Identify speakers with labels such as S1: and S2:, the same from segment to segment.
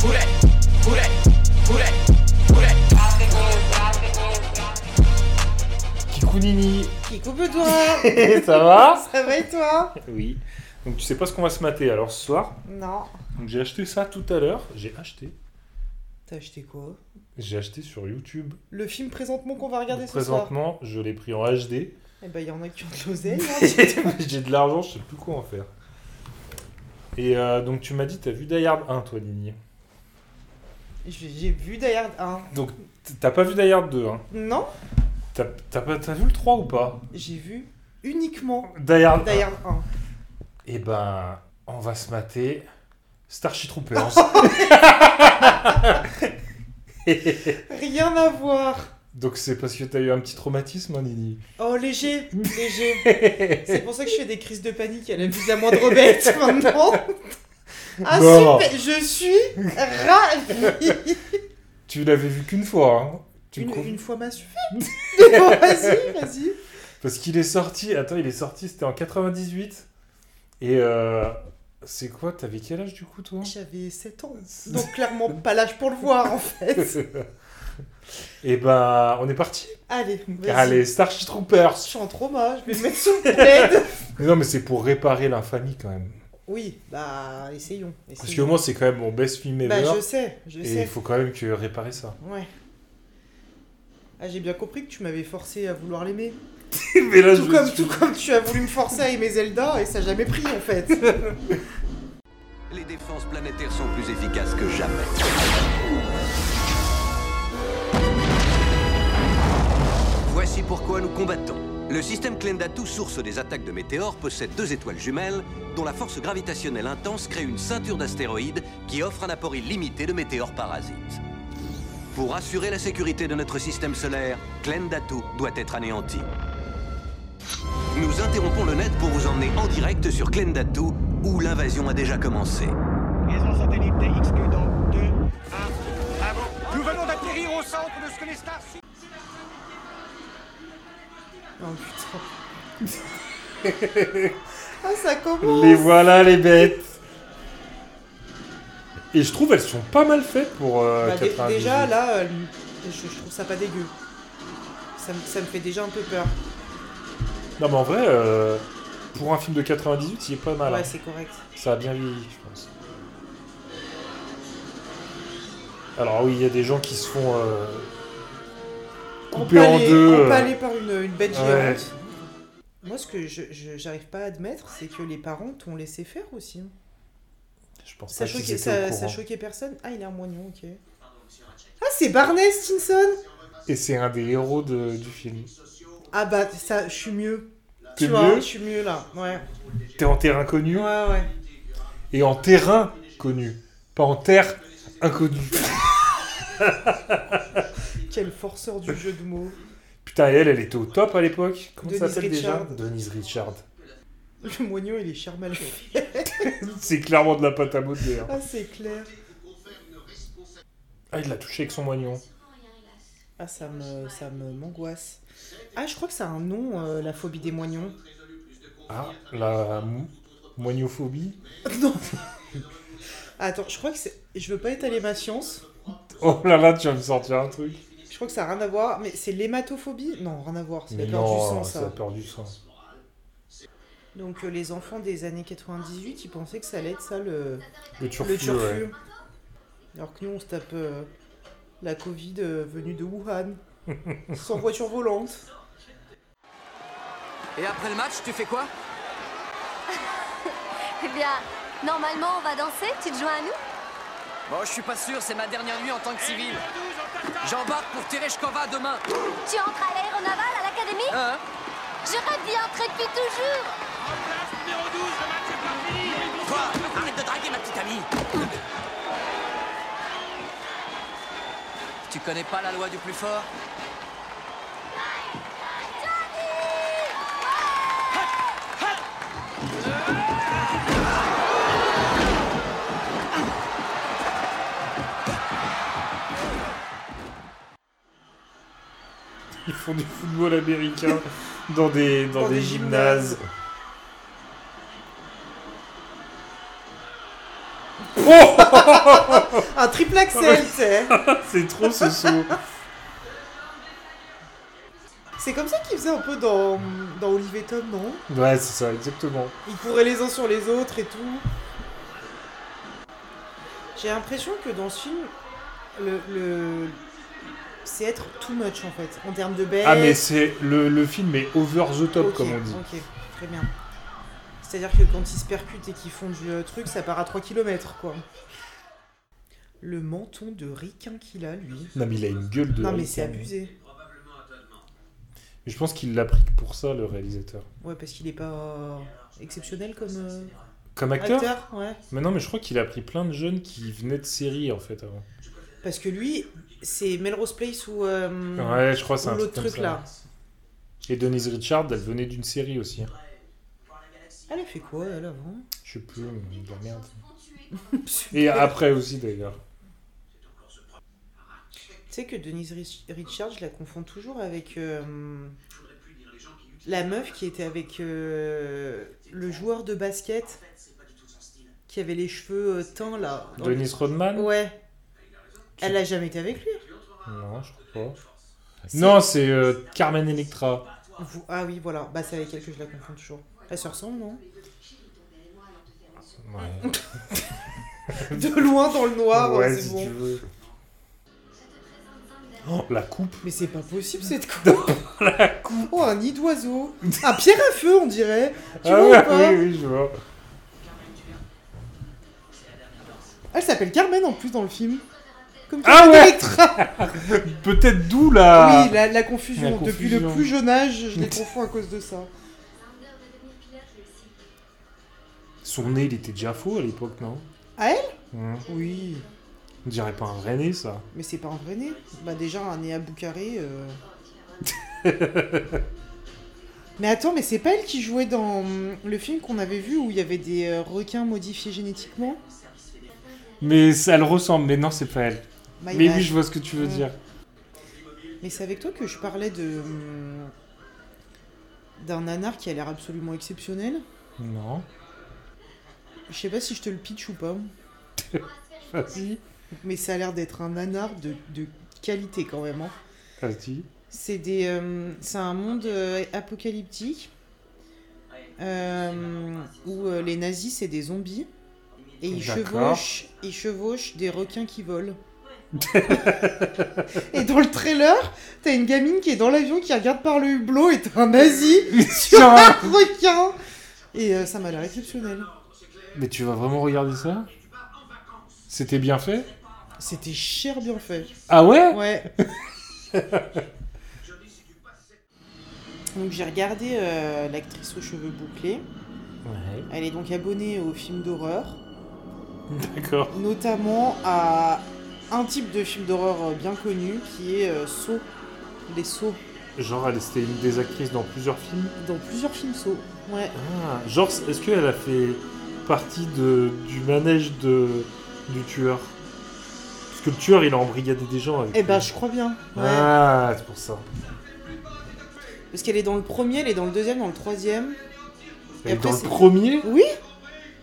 S1: Who that? Who that? Who that? Who that?
S2: Kikounini
S3: Coucou Benoît
S2: Ça va
S3: Ça va et toi
S2: Oui. Donc tu sais pas ce qu'on va se mater alors ce soir.
S3: Non.
S2: Donc j'ai acheté ça tout à l'heure. J'ai acheté.
S3: T'as acheté quoi
S2: J'ai acheté sur YouTube.
S3: Le film présentement qu'on va regarder ce soir.
S2: Présentement, je l'ai pris en HD.
S3: Eh ben, il y en a qui ont de l'oseille. hein.
S2: j'ai de l'argent, je sais plus quoi en faire. Et euh, donc tu m'as dit, t'as vu Die Hard 1 toi Nini.
S3: J'ai j'ai vu Die Hard 1.
S2: Donc t- t'as pas vu Die Hard 2 hein.
S3: Non,
S2: T'as t'as pas- t'as vu le 3 ou pas
S3: j'ai vu uniquement
S2: Die Hard 1.
S3: Die Hard 1.
S2: Eh ben, on va se mater Starship Troopers.
S3: Rien à voir
S2: Donc c'est parce que t'as eu un petit traumatisme, hein, Nini.
S3: Oh, léger Léger C'est pour ça que je fais des crises de panique à la vue de la moindre bête maintenant Ah
S2: Bon.
S3: super Je suis ravie
S2: tu l'avais vu qu'une fois. Hein. Tu me
S3: une,
S2: con-
S3: une fois m'a suffi Bon, Vas-y, vas-y
S2: Parce qu'il est sorti. Attends, il est sorti. C'était en 98. Et euh, c'est quoi T'avais quel âge du coup toi
S3: J'avais 7 ans, donc clairement pas l'âge pour le voir en fait.
S2: Et ben, on est parti.
S3: Allez, vas-y.
S2: Allez, Starship Troopers.
S3: Je suis en trauma, je vais me mettre sous le plaid.
S2: Mais non, mais c'est pour réparer l'infamie quand même.
S3: Oui, bah essayons.
S2: Parce
S3: essayons.
S2: que moi, c'est quand même mon best film ever.
S3: bah je sais, je
S2: et
S3: sais.
S2: il faut quand même que réparer ça.
S3: Ouais. Ah j'ai bien compris que tu m'avais forcé à vouloir l'aimer.
S2: mais là,
S3: Tout comme, tout comme tu as voulu me forcer à aimer Zelda et ça n'a jamais pris en fait.
S4: Les défenses planétaires sont plus efficaces que jamais. Voici pourquoi nous combattons. Le système Klendatu, source des attaques de météores, possède deux étoiles jumelles dont la force gravitationnelle intense crée une ceinture d'astéroïdes qui offre un apport illimité de météores parasites. Pour assurer la sécurité de notre système solaire, Klendatu doit être anéanti. Nous interrompons le net pour vous emmener en direct sur Klendatu, où l'invasion a déjà commencé.
S5: Liaison satellite TXQ dans 2, 1, avant. Nous venons d'atterrir au centre de ce que les stars
S3: Oh putain. ah ça commence.
S2: Les voilà, les bêtes. Et je trouve elles sont pas mal faites pour euh,
S3: Bah, dé-
S2: 98.
S3: déjà là, euh, je, je trouve ça pas dégueu. Ça, me- ça me fait déjà un peu peur.
S2: Non, mais en vrai, euh, pour un film de 98, il est pas mal. hein.
S3: Ouais c'est correct.
S2: Ça a bien vieilli, je pense. Alors oui, il y a des gens qui se font... euh, Coupé en
S3: Empalé-
S2: deux, euh.
S3: empalé par une, une bête
S2: Ouais.
S3: géante. Moi, ce que je- je j'arrive pas à admettre, c'est que les parents t'ont laissé faire aussi. hein.
S2: Je pense
S3: Ça,
S2: pas qu'ils
S3: choquait,
S2: étaient au
S3: ça,
S2: courant.
S3: ça choquait personne. Ah, il est un moignon, ok. Ah, c'est Barney Stinson
S2: Et c'est un des héros de- du film.
S3: Ah bah, ça, je suis mieux.
S2: T'es
S3: Tu vois,
S2: mieux
S3: je suis mieux là. Ouais,
S2: T'es en terrain connu
S3: ouais, ouais.
S2: et en terrain connu. Pas en terre inconnue.
S3: Quel forceur du jeu de mots.
S2: Putain, et elle, elle était au top à l'époque. Comment ça
S3: Denise
S2: s'appelle déjà
S3: Richard.
S2: Denise Richard.
S3: Le moignon, il est cher mal fait.
S2: C'est clairement de la pâte à modeler. hein.
S3: Ah, c'est clair.
S2: Ah, il l'a touché avec son moignon.
S3: Ah, ça me, ça me m'angoisse. Ah, je crois que ça a un nom, euh, la phobie des moignons.
S2: Ah, la mou- moignophobie.
S3: Non. Attends, je crois que c'est. Je veux pas étaler ma science.
S2: Oh là là, tu vas me sortir un truc.
S3: Je crois que ça a rien à voir. Mais c'est l'hématophobie Non, rien à voir. C'est la
S2: Mais
S3: peur
S2: non,
S3: du sang, ça.
S2: ça a peur du sang.
S3: Donc euh, les enfants des années 98, ils pensaient que ça allait être ça le,
S2: Le
S3: le
S2: turfu,
S3: turfu.
S2: ouais.
S3: Alors que nous, on se tape euh, la Covid euh, venue de Wuhan. sans voiture volante.
S4: Et après le match, tu fais quoi
S6: Eh bien, normalement, on va danser. Tu te joins à nous
S4: Bon, je suis pas sûr, c'est ma dernière nuit en tant que civil. J'embarque pour Tereshkova demain.
S6: Tu entres à l'aéronaval à l'académie
S4: Hein
S6: Je rêve d'y entrer depuis toujours.
S4: Quoi Arrête de draguer ma petite amie. Tu connais pas la loi du plus fort
S2: Ils font du football américain dans des, dans
S3: Dans
S2: des
S3: des
S2: gymnases.
S3: gymnases.
S2: Oh
S3: Un triple axel, tu sais.
S2: C'est trop ce saut.
S3: C'est comme ça qu'ils faisaient un peu dans, dans Olivier Tom, non
S2: Ouais, c'est ça, exactement.
S3: Ils couraient les uns sur les autres et tout. J'ai l'impression que dans ce film, le, le- c'est être too much en fait, en termes de bête.
S2: Ah, mais c'est le, le film est over the top,
S3: Ok,
S2: comme on dit.
S3: Ok, très bien. C'est-à-dire que quand ils se percutent et qu'ils font du euh, truc, ça part à 3 km, quoi. Le menton de riquin qu'il a, lui.
S2: Non, mais il a une gueule de.
S3: non, mais c'est
S2: ricain.
S3: abusé.
S2: Mais Je pense qu'il l'a pris que pour ça, le réalisateur.
S3: Ouais, parce qu'il est pas euh, exceptionnel comme euh,
S2: Comme acteur,
S3: acteur. Ouais.
S2: Mais non, mais je crois qu'il a pris plein de jeunes qui venaient de séries, en fait, avant.
S3: Parce que lui, c'est Melrose Place ou, euh,
S2: Ouais, je crois que c'est
S3: ou
S2: un truc
S3: l'autre
S2: comme
S3: truc,
S2: ça.
S3: là.
S2: Et Denise Richard, elle venait d'une série aussi. hein.
S3: Elle a fait quoi, elle, avant
S2: Je sais plus, mais de la merde.
S3: Tu
S2: Et après aussi, d'ailleurs.
S3: sais que Denise Rich- Richards, je la confonds toujours avec euh, la meuf qui était avec euh, le joueur de basket qui avait les cheveux euh, teints, là. Dans le-
S2: Denise Rodman
S3: Ouais.
S2: Tu-
S3: Elle a jamais été avec lui.
S2: Non, je crois pas. Non, Ah, c'est euh, Carmen Electra.
S3: Vous- Ah oui, voilà. Bah, c'est avec elle que je la confonds toujours. Elles se ressemblent, non
S2: Ouais,
S3: De loin dans le noir, hein,
S2: Ouais,
S3: Ah, c'est
S2: si
S3: bon.
S2: tu veux. Oh, la coupe
S3: Mais c'est pas possible cette coupe Oh, un nid d'oiseau Un pierre à feu, on dirait Tu
S2: Ah
S3: vois
S2: ouais,
S3: ou pas
S2: oui, oui, je vois.
S3: Elle s'appelle Carmen en plus dans le film. Comme
S2: Ah
S3: Carmen
S2: ouais
S3: Electra
S2: Peut-être d'où la...
S3: Oui, la, la confusion.
S2: La
S3: Depuis le
S2: confusion.
S3: plus jeune âge, je les confonds à cause de ça.
S2: Son nez, il était déjà faux à l'époque, non
S3: À
S2: elle
S3: Oui,
S2: On dirait pas un vrai nez, ça.
S3: mais c'est pas un vrai nez. Bah déjà, un nez à bout carré... euh. mais attends, mais c'est pas elle qui jouait dans hum, le film qu'on avait vu où il y avait des euh, requins modifiés génétiquement
S2: Mais ça le ressemble, mais non, c'est pas elle.
S3: My
S2: Mais
S3: bad.
S2: oui, je vois ce que tu veux
S3: Ouais.
S2: dire.
S3: Mais c'est avec toi que je parlais de hum, d'un nanar qui a l'air absolument exceptionnel.
S2: Non.
S3: Je sais pas si je te le pitch ou pas,
S2: Vas-y.
S3: mais ça a l'air d'être un nanar de, de qualité quand même. hein.
S2: Vas-y.
S3: C'est des, euh, c'est un monde euh, apocalyptique euh, où euh, les nazis c'est des zombies et ils
S2: D'accord.
S3: chevauchent, ils chevauchent des requins qui volent. et dans le trailer, t'as une gamine qui est dans l'avion qui regarde par le hublot et t'as un nazi sur un requin. Et euh, ça m'a l'air exceptionnel.
S2: Mais tu vas vraiment regarder ça C'était bien fait
S3: C'était cher bien fait.
S2: Ah ouais
S3: Ouais. donc j'ai regardé euh, l'actrice aux cheveux bouclés.
S2: Ouais.
S3: Elle est donc abonnée aux films d'horreur,
S2: D'accord.
S3: notamment à un type de film d'horreur euh, bien connu qui est euh, Saw. Les Saw.
S2: Genre, elle c'était une des actrices dans plusieurs films.
S3: Dans plusieurs films Saw. Ouais.
S2: Ah, genre, est-ce qu'elle a fait partie de, du manège de, du tueur Parce que le tueur, il a embrigadé des gens avec
S3: Eh
S2: lui.
S3: ben je crois bien. Ouais.
S2: Ah, c'est pour ça.
S3: Parce qu'elle est dans le premier, elle est dans le deuxième, dans le troisième.
S2: Et,
S3: après,
S2: dans le
S3: c'est-
S2: premier
S3: Oui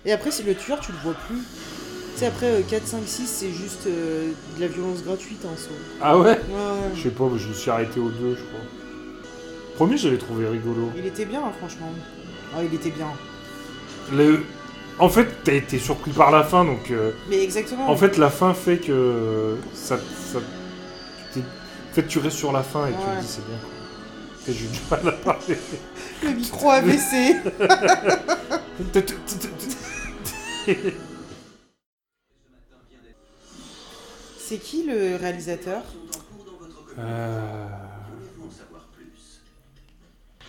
S3: Et après, c'est le tueur, tu le vois plus. Tu sais, après euh, 4, 5, 6, c'est juste euh, de la violence gratuite, hein, ça.
S2: Ah ouais
S3: Ouais, ouais.
S2: Je sais pas, mais je me suis arrêté aux deux, je crois. Premier, je l'ai trouvé rigolo.
S3: Il était bien, hein, franchement. Ah, il était bien.
S2: Le... En fait, t'as été surpris par la fin, donc... euh,
S3: Mais exactement.
S2: En fait, la fin fait que ça, ça- t'es- en fait, tu restes sur la fin et tu
S3: Ouais.
S2: te dis c'est bien. Et j'ai eu du mal à parler.
S3: le micro AVC. c'est qui le réalisateur
S2: Euh,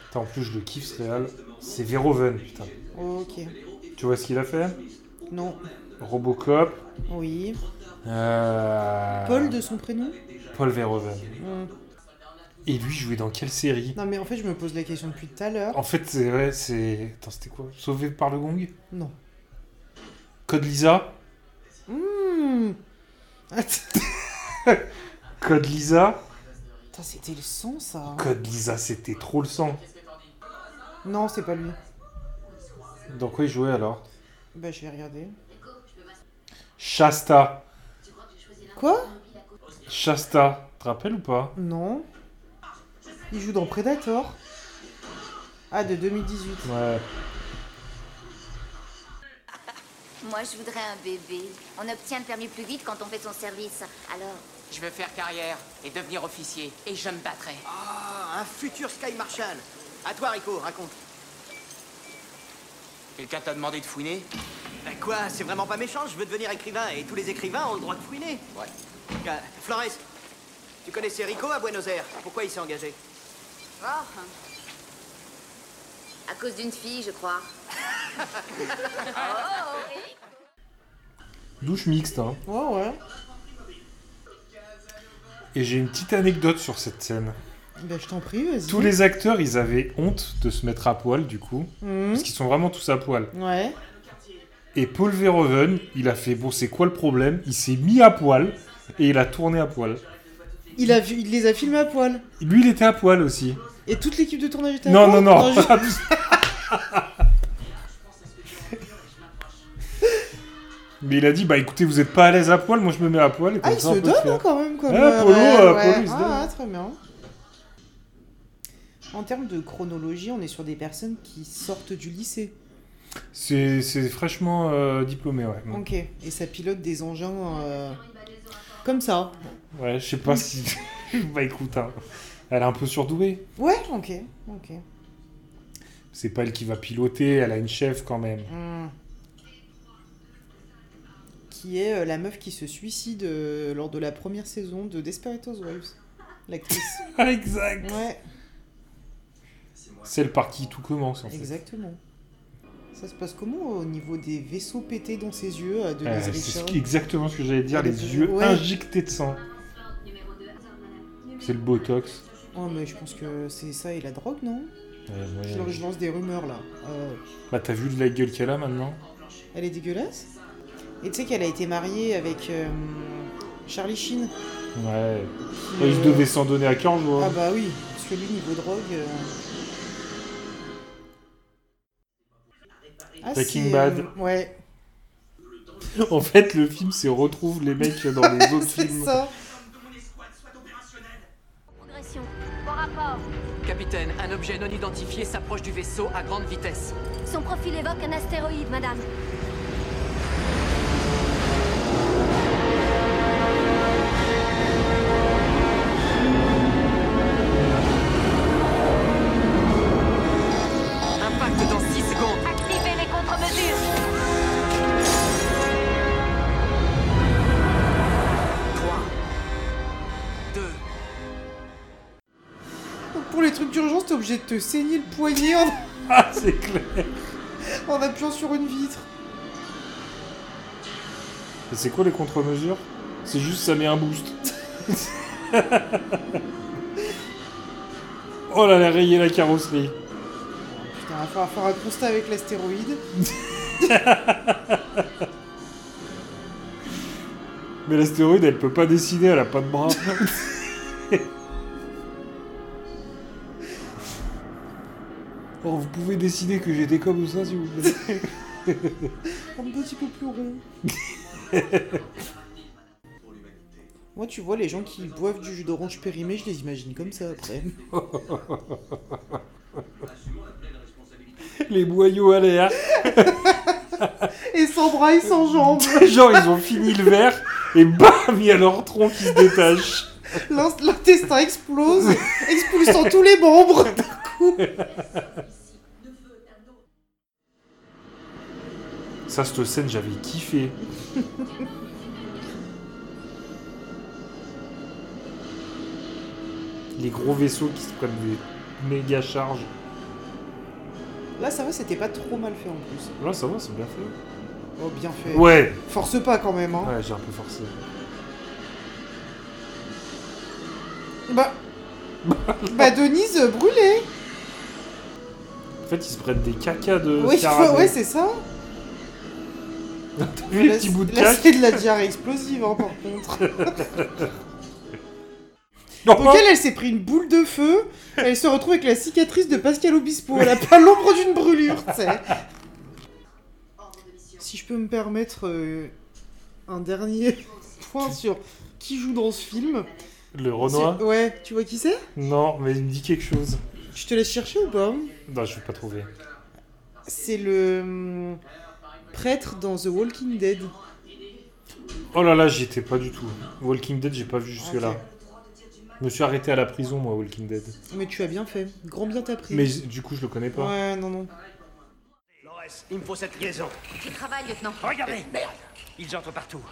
S2: Attends, en plus, je le kiffe, ce réal. C'est Verhoeven, putain.
S3: Ok.
S2: Tu vois ce qu'il a fait
S3: Non.
S2: Robocop.
S3: Oui.
S2: euh,
S3: Paul de son prénom
S2: Paul Verhoeven.
S3: Hmm.
S2: Et lui, jouait dans quelle série
S3: Non, mais en fait, je me pose la question depuis tout à l'heure.
S2: En fait, c'est ouais, c'est. Attends, c'était quoi Sauvé par le gong
S3: Non.
S2: Code Lisa
S3: Hmm. Attends,
S2: Code Lisa
S3: c'était le son, ça.
S2: Code Lisa, c'était trop le sang.
S3: Non, c'est pas lui.
S2: Dans quoi il jouait alors
S3: Bah, je vais regarder.
S2: Shasta.
S3: Quoi
S2: Shasta. Tu te rappelles ou pas
S3: Non. Il joue dans Predator Ah, de 2018.
S2: Ouais.
S6: Moi, je voudrais un bébé. On obtient le permis plus vite quand on fait son service. Alors,
S7: Je veux faire carrière et devenir officier. Et je me battrai.
S8: Ah, un futur Sky Marshal. À toi, Rico, raconte.
S7: Quelqu'un t'a demandé de fouiner
S8: Bah quoi, c'est vraiment pas méchant, je veux devenir écrivain et tous les écrivains ont le droit de fouiner. Ouais. Flores, tu connaissais Rico à Buenos Aires Pourquoi il s'est engagé
S6: Oh. à cause d'une fille, je crois.
S2: Douche mixte, hein.
S3: Ouais, Oh, ouais.
S2: Et j'ai une petite anecdote sur cette scène.
S3: Bah, je t'en prie, vas-y.
S2: Tous les acteurs, ils avaient honte de se mettre à poil, du coup.
S3: Mhm.
S2: Parce qu'ils sont vraiment tous à poil.
S3: Ouais.
S2: Et Paul Verhoeven, il a fait bon, c'est quoi le problème Il s'est mis à poil et il a tourné à poil.
S3: Il, a vu, il les a filmés à poil.
S2: Lui, il était à poil aussi.
S3: Et toute l'équipe de tournage était à
S2: Non, non,
S3: poil
S2: non.
S3: je-
S2: Mais il a dit bah écoutez, vous êtes pas à l'aise à poil, moi je me mets à poil et comme
S3: Ah, il
S2: ça
S3: se
S2: on peut le
S3: donne hein,
S2: faire.
S3: quand même. Comme,
S2: Ouais,
S3: euh,
S2: Polo, euh,
S3: ouais.
S2: Polo, il se donne.
S3: Ah, très bien. En termes de chronologie, on est sur des personnes qui sortent du lycée.
S2: C'est c'est fraîchement euh, diplômé, ouais.
S3: Ok. Et ça pilote des engins euh, comme ça.
S2: Ouais, je sais pas si. bah écoute, hein, elle est un peu surdouée.
S3: Ouais, ok, ok.
S2: C'est pas elle qui va piloter, elle a une chef quand même.
S3: Hmm. Qui est euh, la meuf qui se suicide euh, lors de la première saison de Desperate Housewives, l'actrice.
S2: Ah, exact
S3: ouais,
S2: Celle par qui tout commence en fait.
S3: exactement. Ça se passe comment au niveau des vaisseaux pétés dans ses yeux euh, de
S2: Euh,
S3: Denise
S2: c'est ce
S3: Richards
S2: qui- exactement ce que j'allais dire,
S3: Ah,
S2: les
S3: les yeux,
S2: yeux
S3: ouais.
S2: injectés de sang. C'est le botox.
S3: Oh, mais je pense que c'est ça et la drogue, non
S2: Ouais,
S3: je,
S2: ouais.
S3: je lance des rumeurs là. Euh,
S2: Bah t'as vu de la gueule qu'elle a maintenant
S3: elle est dégueulasse Et tu sais qu'elle a été mariée avec euh, Charlie Sheen.
S2: Ouais. Bah,
S3: qui,
S2: Ils
S3: euh,
S2: devaient s'en donner à cœur joie.
S3: Ah bah oui, parce que lui, niveau drogue... euh, Ah,
S2: Breaking
S3: c'est,
S2: Bad.
S3: euh, ouais,
S2: En fait, le film, c'est retrouve les mecs dans les autres
S3: c'est
S2: films.
S3: ça.
S6: Progression. Bon rapport.
S7: Capitaine, un objet non identifié s'approche du vaisseau à grande vitesse.
S6: Son profil évoque un astéroïde, madame.
S7: Impact dans 6 secondes.
S6: Activez les contre-mesures.
S7: 3, 2,
S3: Donc pour les trucs d'urgence, t'es obligé de te saigner le poignet en,
S2: Ah, c'est clair.
S3: en appuyant sur une vitre.
S2: Et c'est quoi les contre-mesures C'est juste, ça met un boost. oh là là, rayer la carrosserie.
S3: Putain, il va falloir faire un constat avec l'astéroïde.
S2: Mais l'astéroïde, elle peut pas dessiner, elle a pas de bras. Oh, vous pouvez dessiner que j'étais comme ça, s'il vous plaît.
S3: Un petit peu plus rond. Moi, tu vois, les gens qui boivent du jus d'orange périmé, je les imagine comme ça après.
S2: Les boyaux à l'air.
S3: Et sans bras et sans jambes.
S2: Genre, ils ont fini le verre, et bam, il y a leur tronc qui se détache.
S3: L'in- L'intestin explose, expulsant tous les membres d'un coup.
S2: Ça, cette scène, j'avais kiffé. Les gros vaisseaux qui se prennent des méga charges.
S3: Là, ça va, c'était pas trop mal fait en plus.
S2: Là, ça va, c'est bien fait.
S3: Oh, bien fait.
S2: Ouais
S3: Force pas quand même, hein.
S2: Ouais, j'ai un peu forcé.
S3: Bah. bah, Denise euh, brûlée.
S2: En fait, ils se prennent des cacas de
S3: Oui,
S2: scarabée.
S3: ouais, c'est ça.
S2: T'as vu les
S3: Là,
S2: petits bouts de
S3: là,
S2: caca
S3: c'est de la diarrhée explosive, hein, par contre.
S2: Non,
S3: Donc, elle, elle s'est pris une boule de feu. Elle se retrouve avec la cicatrice de Pascal Obispo. Elle a pas l'ombre d'une brûlure, tu sais. Si je peux me permettre euh, un dernier point sur qui joue dans ce film.
S2: Le Renoir
S3: C'est- Ouais, tu vois qui c'est
S2: Non, mais il me dit quelque chose.
S3: Je te laisse chercher ou pas
S2: Non, je vais pas trouver.
S3: C'est le hum, prêtre dans The Walking Dead.
S2: Oh là là, j'y étais pas du tout. Walking Dead, j'ai pas vu jusque-là.
S3: Ok.
S2: Je me suis arrêté à la prison, moi, Walking Dead.
S3: Mais tu as bien fait. Grand bien t'as pris.
S2: Mais j- du coup, je le connais pas.
S3: Ouais, non, non.
S5: Flores, il me faut cette liaison.
S6: Tu travailles, lieutenant. Euh,
S5: Regardez Merde Ils entrent partout.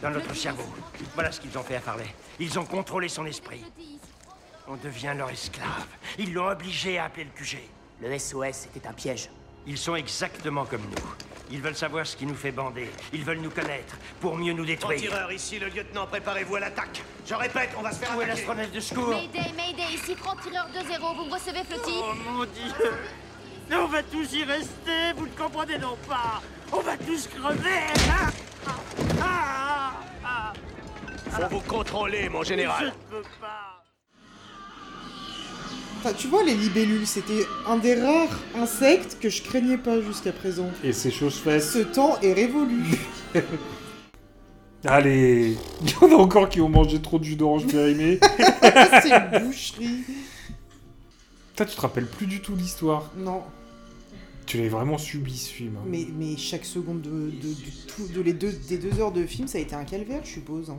S5: Dans notre cerveau. Voilà ce qu'ils ont fait à parler. Ils ont contrôlé son esprit. On devient leur esclave. Ils l'ont obligé à appeler le QG.
S7: Le SOS était un piège.
S5: Ils sont exactement comme nous. Ils veulent savoir ce qui nous fait bander. Ils veulent nous connaître pour mieux nous détruire.
S8: tireur ici, le lieutenant, préparez-vous à l'attaque. Je répète, on va se faire
S5: Où est l'astronef de secours
S6: Mayday, Mayday, ici 30 tireurs 2-0, vous me recevez flottis
S5: Oh mon dieu Mais on va tous y rester, vous ne comprenez non pas On va tous crever ah Ah Ah
S8: Faut vous contrôler, mon
S5: Je ne
S8: général.
S5: peux pas
S3: Enfin, tu vois, les libellules, c'était un des rares insectes que je craignais pas jusqu'à présent.
S2: Et ses choses fesses.
S3: Ce temps est révolu.
S2: Allez Il y en a encore qui ont mangé trop de jus d'orange périmé.
S3: C'est une boucherie.
S2: Putain, tu te rappelles plus du tout l'histoire.
S3: Non,
S2: Tu l'as vraiment subi, ce film. hein.
S3: mais, mais chaque seconde de, de- de tout- de les deux, des deux heures de film, ça a été un calvaire, je suppose. hein.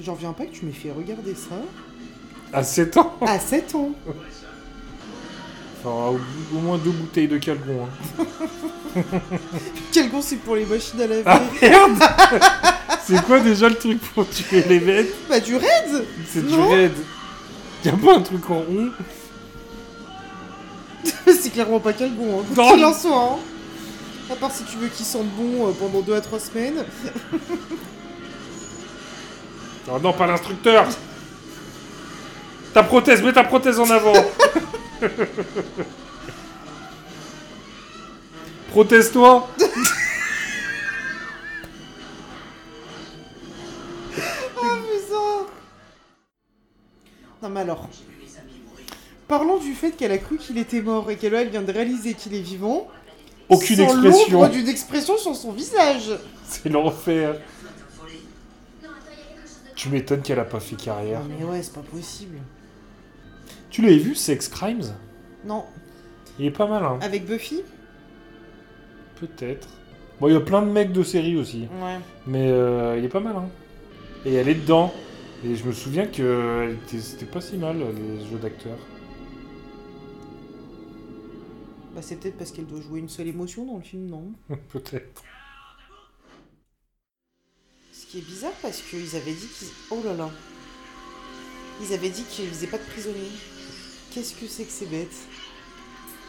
S3: J'en reviens pas que tu m'aies fait regarder ça.
S2: À 7 ans
S3: À 7 ans
S2: Enfin, au, au moins deux bouteilles de calgon. hein.
S3: Quel con c'est pour les machines à laver
S2: Ah merde C'est quoi déjà le truc pour tuer les bêtes
S3: Bah du raid
S2: C'est du
S3: Non.
S2: raid. Y'a pas un truc en rond
S3: C'est clairement pas quel con, hein.
S2: Non.
S3: Qu'il en soit, hein. À part si tu veux qu'il sente bon euh, pendant 2 à 3 semaines.
S2: Oh non, pas l'instructeur Ta prothèse, mets ta prothèse en avant Proteste-toi
S3: Ah putain Non mais alors... Parlons du fait qu'elle a cru qu'il était mort et qu'elle elle vient de réaliser qu'il est vivant.
S2: Aucune
S3: sans l'ombre
S2: expression,
S3: d'une expression sur son visage
S2: c'est l'enfer. Tu m'étonnes qu'elle a pas fait carrière.
S3: Non mais ouais, c'est pas possible.
S2: Tu l'avais vu, Sex Crimes
S3: Non,
S2: Il est pas mal, hein
S3: avec Buffy
S2: Peut-être. Bon, il y a plein de mecs de série aussi.
S3: Ouais.
S2: Mais euh, il est pas mal, hein. Et elle est dedans. Et je me souviens que euh, elle était- c'était pas si mal, les jeux d'acteurs.
S3: Bah c'est peut-être parce qu'elle doit jouer une seule émotion dans le film, non
S2: Peut-être.
S3: Ce qui est bizarre parce qu'ils avaient dit qu'ils. Oh là là Ils avaient dit qu'ils faisaient pas de prisonniers. Qu'est-ce que c'est que ces bêtes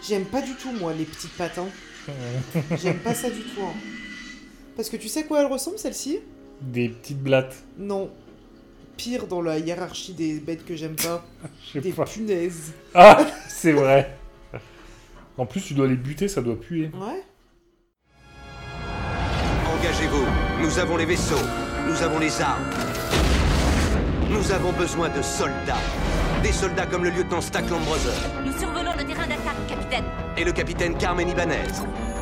S3: J'aime pas du tout, moi, les petites pattes. hein. J'aime pas ça du tout. hein. Parce que tu sais à quoi elle ressemble, celle-ci
S2: Des petites blattes.
S3: Non. Pire dans la hiérarchie des bêtes que j'aime pas.
S2: Je sais
S3: des
S2: pas.
S3: punaises.
S2: Ah, c'est vrai. En plus, tu dois les buter, ça doit puer.
S3: Ouais
S4: Engagez-vous. Nous avons les vaisseaux. Nous avons les armes. Nous avons besoin de soldats. Des soldats comme le lieutenant Stacklambrother
S6: Nous survolons le terrain d'attaque, capitaine.
S4: et le capitaine Carmen Ibanez.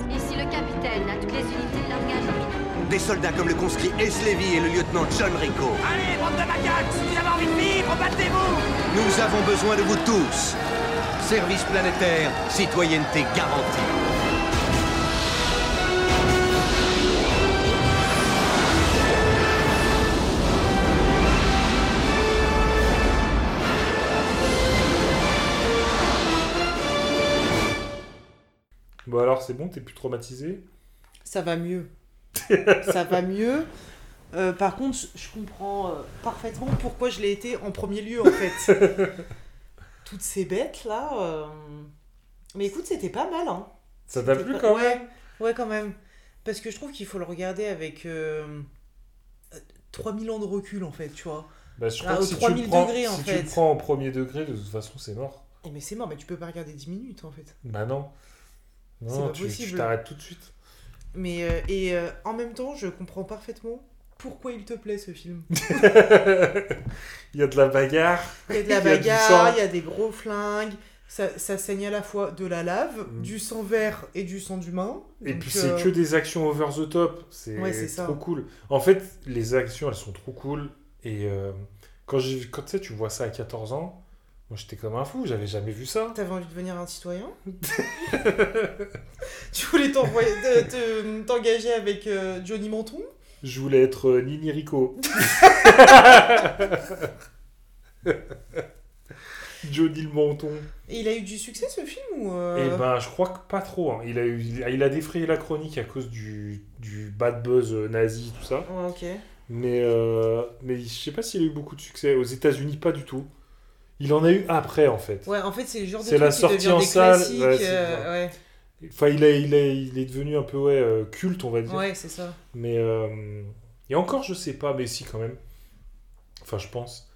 S6: Ici le capitaine, à toutes les unités de langage.
S4: Des soldats comme le conscrit Eslevy et le lieutenant John Rico.
S5: Allez, bande de macaques Si vous avez envie de vivre, battez-vous
S4: Nous avons besoin de vous tous. Service planétaire, citoyenneté garantie.
S2: Bon, alors, c'est bon, t'es plus traumatisé
S3: ça va mieux. ça va mieux. Euh, par contre, je- je comprends euh, parfaitement pourquoi je l'ai été en premier lieu, en fait. Toutes ces bêtes-là... euh, Mais écoute, c'était pas mal, hein.
S2: Ça t'a
S3: C'était
S2: plu
S3: pas-
S2: quand
S3: ouais,
S2: même
S3: Ouais, quand même. Parce que je trouve qu'il faut le regarder avec... euh, euh, 3000 ans de recul, en fait, tu vois.
S2: bah, je
S3: Ah,
S2: crois que
S3: au
S2: si tu
S3: 3000
S2: le prends-
S3: degrés, en
S2: si tu
S3: fait.
S2: le prends en premier degré, de toute façon, c'est mort.
S3: Eh, Mais c'est mort, mais tu peux pas regarder 10 minutes, en fait.
S2: Bah non.
S3: C'est
S2: Non,
S3: pas
S2: tu- tu
S3: possible.
S2: t'arrêtes tout de suite.
S3: Mais... euh, et euh, en même temps, je comprends parfaitement pourquoi il te plaît, ce film.
S2: Il y a de la bagarre.
S3: Il y a de la
S2: Il y a du
S3: bagarre,
S2: sang.
S3: il y a des gros flingues, Ça, ça saigne à la fois de la lave,
S2: Mm.
S3: du sang vert et du sang d'humain.
S2: Et
S3: Donc,
S2: puis c'est
S3: euh,
S2: que des actions over the top, c'est
S3: Ouais, c'est ça.
S2: trop cool. En fait, les actions, elles sont trop cool. Et euh, quand, j'ai- quand tu sais, tu vois ça à 14 ans, moi j'étais comme un fou, j'avais jamais vu ça.
S3: T'avais envie de devenir un citoyen Tu voulais t'envoyer- te- te- t'engager avec euh, Johnny Menton
S2: Je voulais être euh, Nini Rico. Johnny le menton.
S3: Et il a eu du succès ce film ou euh,
S2: Eh ben, je crois que pas trop. hein. Il, a eu- il a- il a défrayé la chronique à cause du, du bad buzz euh, nazi, tout ça.
S3: Ouais, ok.
S2: Mais, euh, mais je sais pas s'il a eu beaucoup de succès. Aux États-Unis, pas du tout. Il en a eu après, en fait.
S3: Ouais, en fait, c'est le genre de
S2: C'est
S3: truc
S2: la
S3: qui
S2: sortie
S3: devient
S2: en
S3: des
S2: salle,
S3: classiques.
S2: ouais, c'est
S3: euh,
S2: ça.
S3: ouais,
S2: Enfin, il, a, il, a- il est devenu un peu ouais, euh, culte, on va dire.
S3: ouais, c'est ça.
S2: Mais. euh, et encore, je sais pas, mais si, quand même. Enfin, je pense.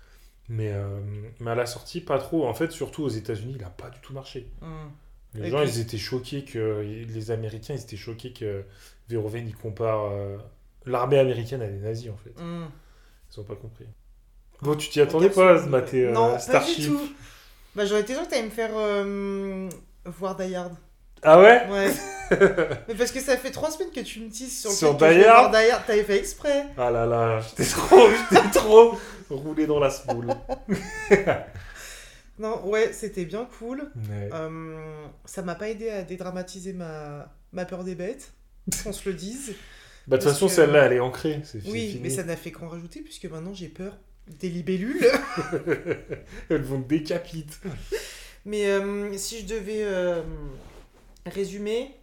S2: Mais, euh, mais à la sortie, pas trop. En fait, surtout aux États-Unis, il a pas du tout marché.
S3: Mm.
S2: Les
S3: Et
S2: gens,
S3: puis-
S2: ils étaient choqués que. Les Américains, ils étaient choqués que Verhoeven, il compare euh, l'armée américaine à des nazis, en fait.
S3: Mm.
S2: Ils ont pas compris. Bon, tu t'y attendais pas à se mater euh,
S3: Non,
S2: Starship
S3: pas du tout. Bah, j'aurais été sûr que t'allais me faire euh, voir Die Hard.
S2: Ah ouais
S3: Ouais. Mais parce que ça fait trois semaines que tu me tises sur le
S2: Sur
S3: fait que je
S2: Die
S3: vais
S2: Hard
S3: voir Die Hard. T'avais fait exprès.
S2: Ah là là, j'étais trop, j'étais trop roulé dans la smoule.
S3: Non, ouais, c'était bien cool.
S2: Ouais. Bah,
S3: Euh, ça m'a pas aidé à dédramatiser ma, ma peur des bêtes, qu'on se le dise.
S2: Bah de toute
S3: parce
S2: façon,
S3: que-
S2: celle-là, elle est ancrée. C'est c'est
S3: Oui,
S2: fini.
S3: mais ça n'a fait qu'en rajouter, puisque maintenant j'ai peur des libellules.
S2: Elles vont te décapiter.
S3: mais euh, si je devais euh, résumer,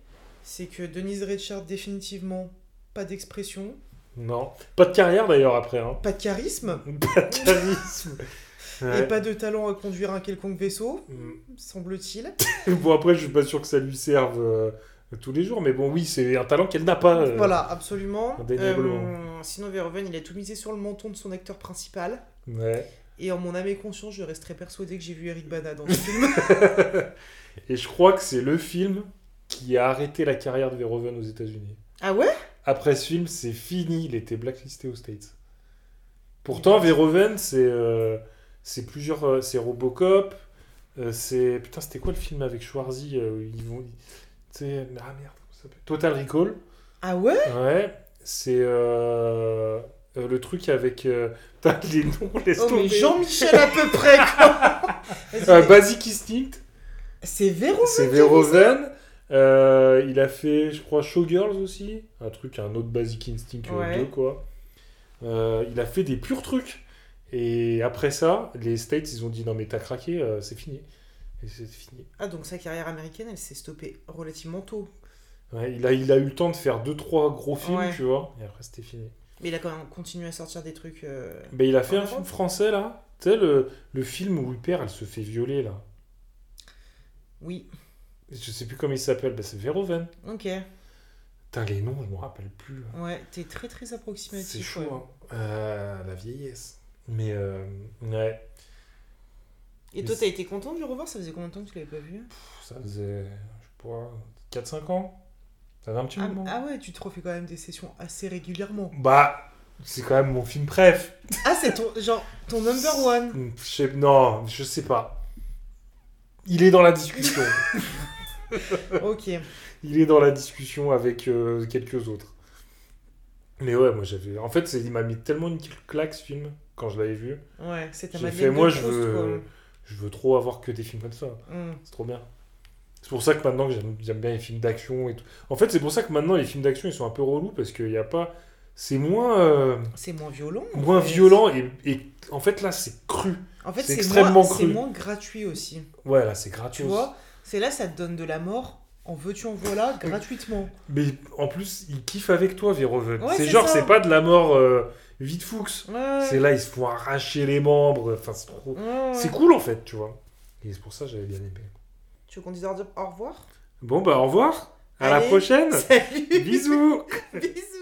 S3: c'est que Denise Richard, définitivement, pas d'expression,
S2: Non. Pas de carrière d'ailleurs après. Hein.
S3: pas de charisme,
S2: Pas de charisme.
S3: et
S2: Ouais.
S3: pas de talent à conduire un quelconque vaisseau, semble-t-il.
S2: Mm. Bon, après, je suis pas sûr que ça lui serve euh, tous les jours, mais bon, oui, c'est un talent qu'elle n'a pas. euh.
S3: Voilà, absolument.
S2: indéniablement.
S3: Euh, sinon, Verhoeven, il a tout misé sur le menton de son acteur principal.
S2: Ouais.
S3: Et en mon âme et conscience, je resterai persuadé que j'ai vu Eric Bana dans ce film.
S2: Et je crois que c'est le film qui a arrêté la carrière de Verhoeven aux États-Unis.
S3: Ah ouais
S2: Après ce film, c'est fini. Il était blacklisté aux States. Pourtant, Verhoeven, c'est euh, c'est plusieurs. euh, c'est Robocop. euh, c'est. Putain, c'était quoi le film avec Schwarzy euh, où ils vont. ils- Tu sais. Ah merde, comment ça s'appelle Total Recall.
S3: Ah ouais
S2: Ouais. C'est. euh, euh, le truc avec. euh, Putain, les noms, laisse
S3: Oh, mais
S2: tomber.
S3: Jean-Michel à peu près, quoi Vas-y,
S2: Euh,
S3: mais-
S2: Basic Instinct.
S3: C'est Véro
S2: C'est Verhoeven. Euh, il a fait, je crois, Showgirls aussi. Un truc, un autre Basic Instinct euh,
S3: Ouais.
S2: 2, quoi. Euh, il a fait des purs trucs. Et après ça, les States, ils ont dit non, mais t'as craqué, euh, c'est fini. Et c'est fini.
S3: Ah, donc sa carrière américaine, elle s'est stoppée relativement tôt.
S2: Ouais, il, a, il a eu le temps de faire 2-3 gros films,
S3: Ouais.
S2: tu vois. Et après, c'était fini.
S3: Mais il a quand même continué à sortir des trucs. euh,
S2: Mais Ben, il a fait
S3: En
S2: un
S3: Europe
S2: film français, là. Tu sais, le, le film où Hyper, elle se fait violer, là.
S3: Oui,
S2: Je sais plus comment il s'appelle. Bah, c'est Verhoeven.
S3: ok.
S2: Putain, les noms, je me rappelle plus. là.
S3: Ouais, t'es très très approximatif.
S2: C'est chaud,
S3: ouais.
S2: hein. Euh, la vieillesse. Mais euh, ouais,
S3: Et toi, t'as été content de le revoir Ça faisait combien de temps que tu l'avais pas vu
S2: pff, ça faisait, je sais pas, 4-5 ans. Ça fait un petit
S3: ah,
S2: moment.
S3: ah ouais, tu te refais quand même des sessions assez régulièrement.
S2: Bah, c'est quand même mon film préf.
S3: Ah, c'est ton, genre, ton number one
S2: Je sais, non, je sais pas. Il est dans la discussion.
S3: Ok.
S2: Il est dans la discussion avec euh, quelques autres. Mais ouais, moi j'avais. En fait, c'est- il m'a mis tellement une claque ce film quand je l'avais vu.
S3: Ouais, c'est ta
S2: J'ai
S3: Madeleine
S2: fait,
S3: de
S2: moi je
S3: Proust,
S2: veux, je veux trop avoir que des films comme ça.
S3: quoi. Mm.
S2: C'est trop bien. C'est pour ça que maintenant que j'aime j'aime bien les films d'action et tout. En fait, c'est pour ça que maintenant les films d'action ils sont un peu relous parce qu'il n'y a pas. C'est moins, euh,
S3: C'est moins violent. en
S2: moins
S3: fait.
S2: violent et, et en fait là c'est cru.
S3: En fait,
S2: C'est
S3: c'est
S2: extrêmement
S3: moins-
S2: cru. Ah,
S3: C'est moins gratuit aussi.
S2: Ouais, là c'est gratuit.
S3: Tu vois, c'est là ça te donne de la mort. En veux-tu, en voilà, gratuitement.
S2: Mais en plus, ils kiffent avec toi, Verhoeven.
S3: Ouais,
S2: c'est
S3: c'est
S2: genre,
S3: ça.
S2: c'est pas de la mort euh, vite foux.
S3: Ouais.
S2: C'est là, ils se font arracher les membres. Enfin, c'est trop.
S3: Ouais.
S2: C'est cool en fait, tu vois. Et c'est pour ça que j'avais bien aimé.
S3: Tu veux qu'on dise au revoir
S2: Bon, bah au revoir. À la
S3: Allez.
S2: prochaine.
S3: Salut
S2: Bisous.
S3: Bisous